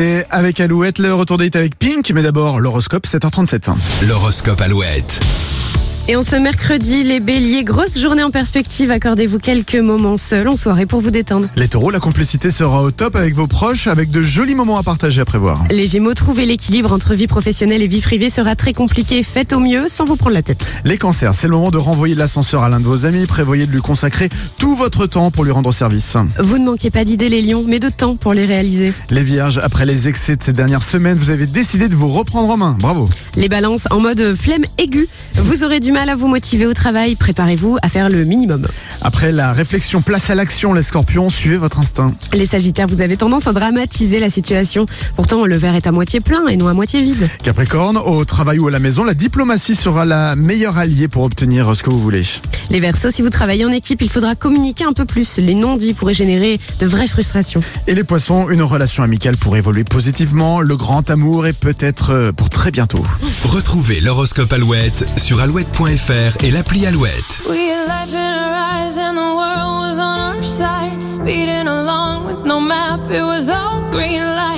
Et avec Alouette, le retour date avec Pink, mais d'abord l'horoscope 7h37. L'horoscope Alouette. Et en ce mercredi, les béliers, grosse journée en perspective, accordez-vous quelques moments seuls en soirée pour vous détendre. Les taureaux, la complicité sera au top avec vos proches, avec de jolis moments à partager à prévoir. Les gémeaux, trouver l'équilibre entre vie professionnelle et vie privée sera très compliqué, faites au mieux sans vous prendre la tête. Les cancers, c'est le moment de renvoyer l'ascenseur à l'un de vos amis, prévoyez de lui consacrer tout votre temps pour lui rendre service. Vous ne manquez pas d'idées les lions, mais de temps pour les réaliser. Les vierges, après les excès de ces dernières semaines, vous avez décidé de vous reprendre en main, bravo. Les balances, en mode flemme aiguë, vous aurez du mal à vous motiver au travail, préparez-vous à faire le minimum. Après la réflexion, place à l'action les scorpions, suivez votre instinct. Les sagittaires, vous avez tendance à dramatiser la situation, pourtant le verre est à moitié plein et non à moitié vide. Capricorne, au travail ou à la maison, la diplomatie sera la meilleure alliée pour obtenir ce que vous voulez. Les versos, si vous travaillez en équipe, il faudra communiquer un peu plus, les non-dits pourraient générer de vraies frustrations. Et les poissons, une relation amicale pour évoluer positivement, le grand amour et peut-être euh, pour très bientôt. Retrouvez l'horoscope Alouette sur alouette.fr et l'appli Alouette. We had life in our eyes and the world was on our side. Speeding along with no map, it was all green light.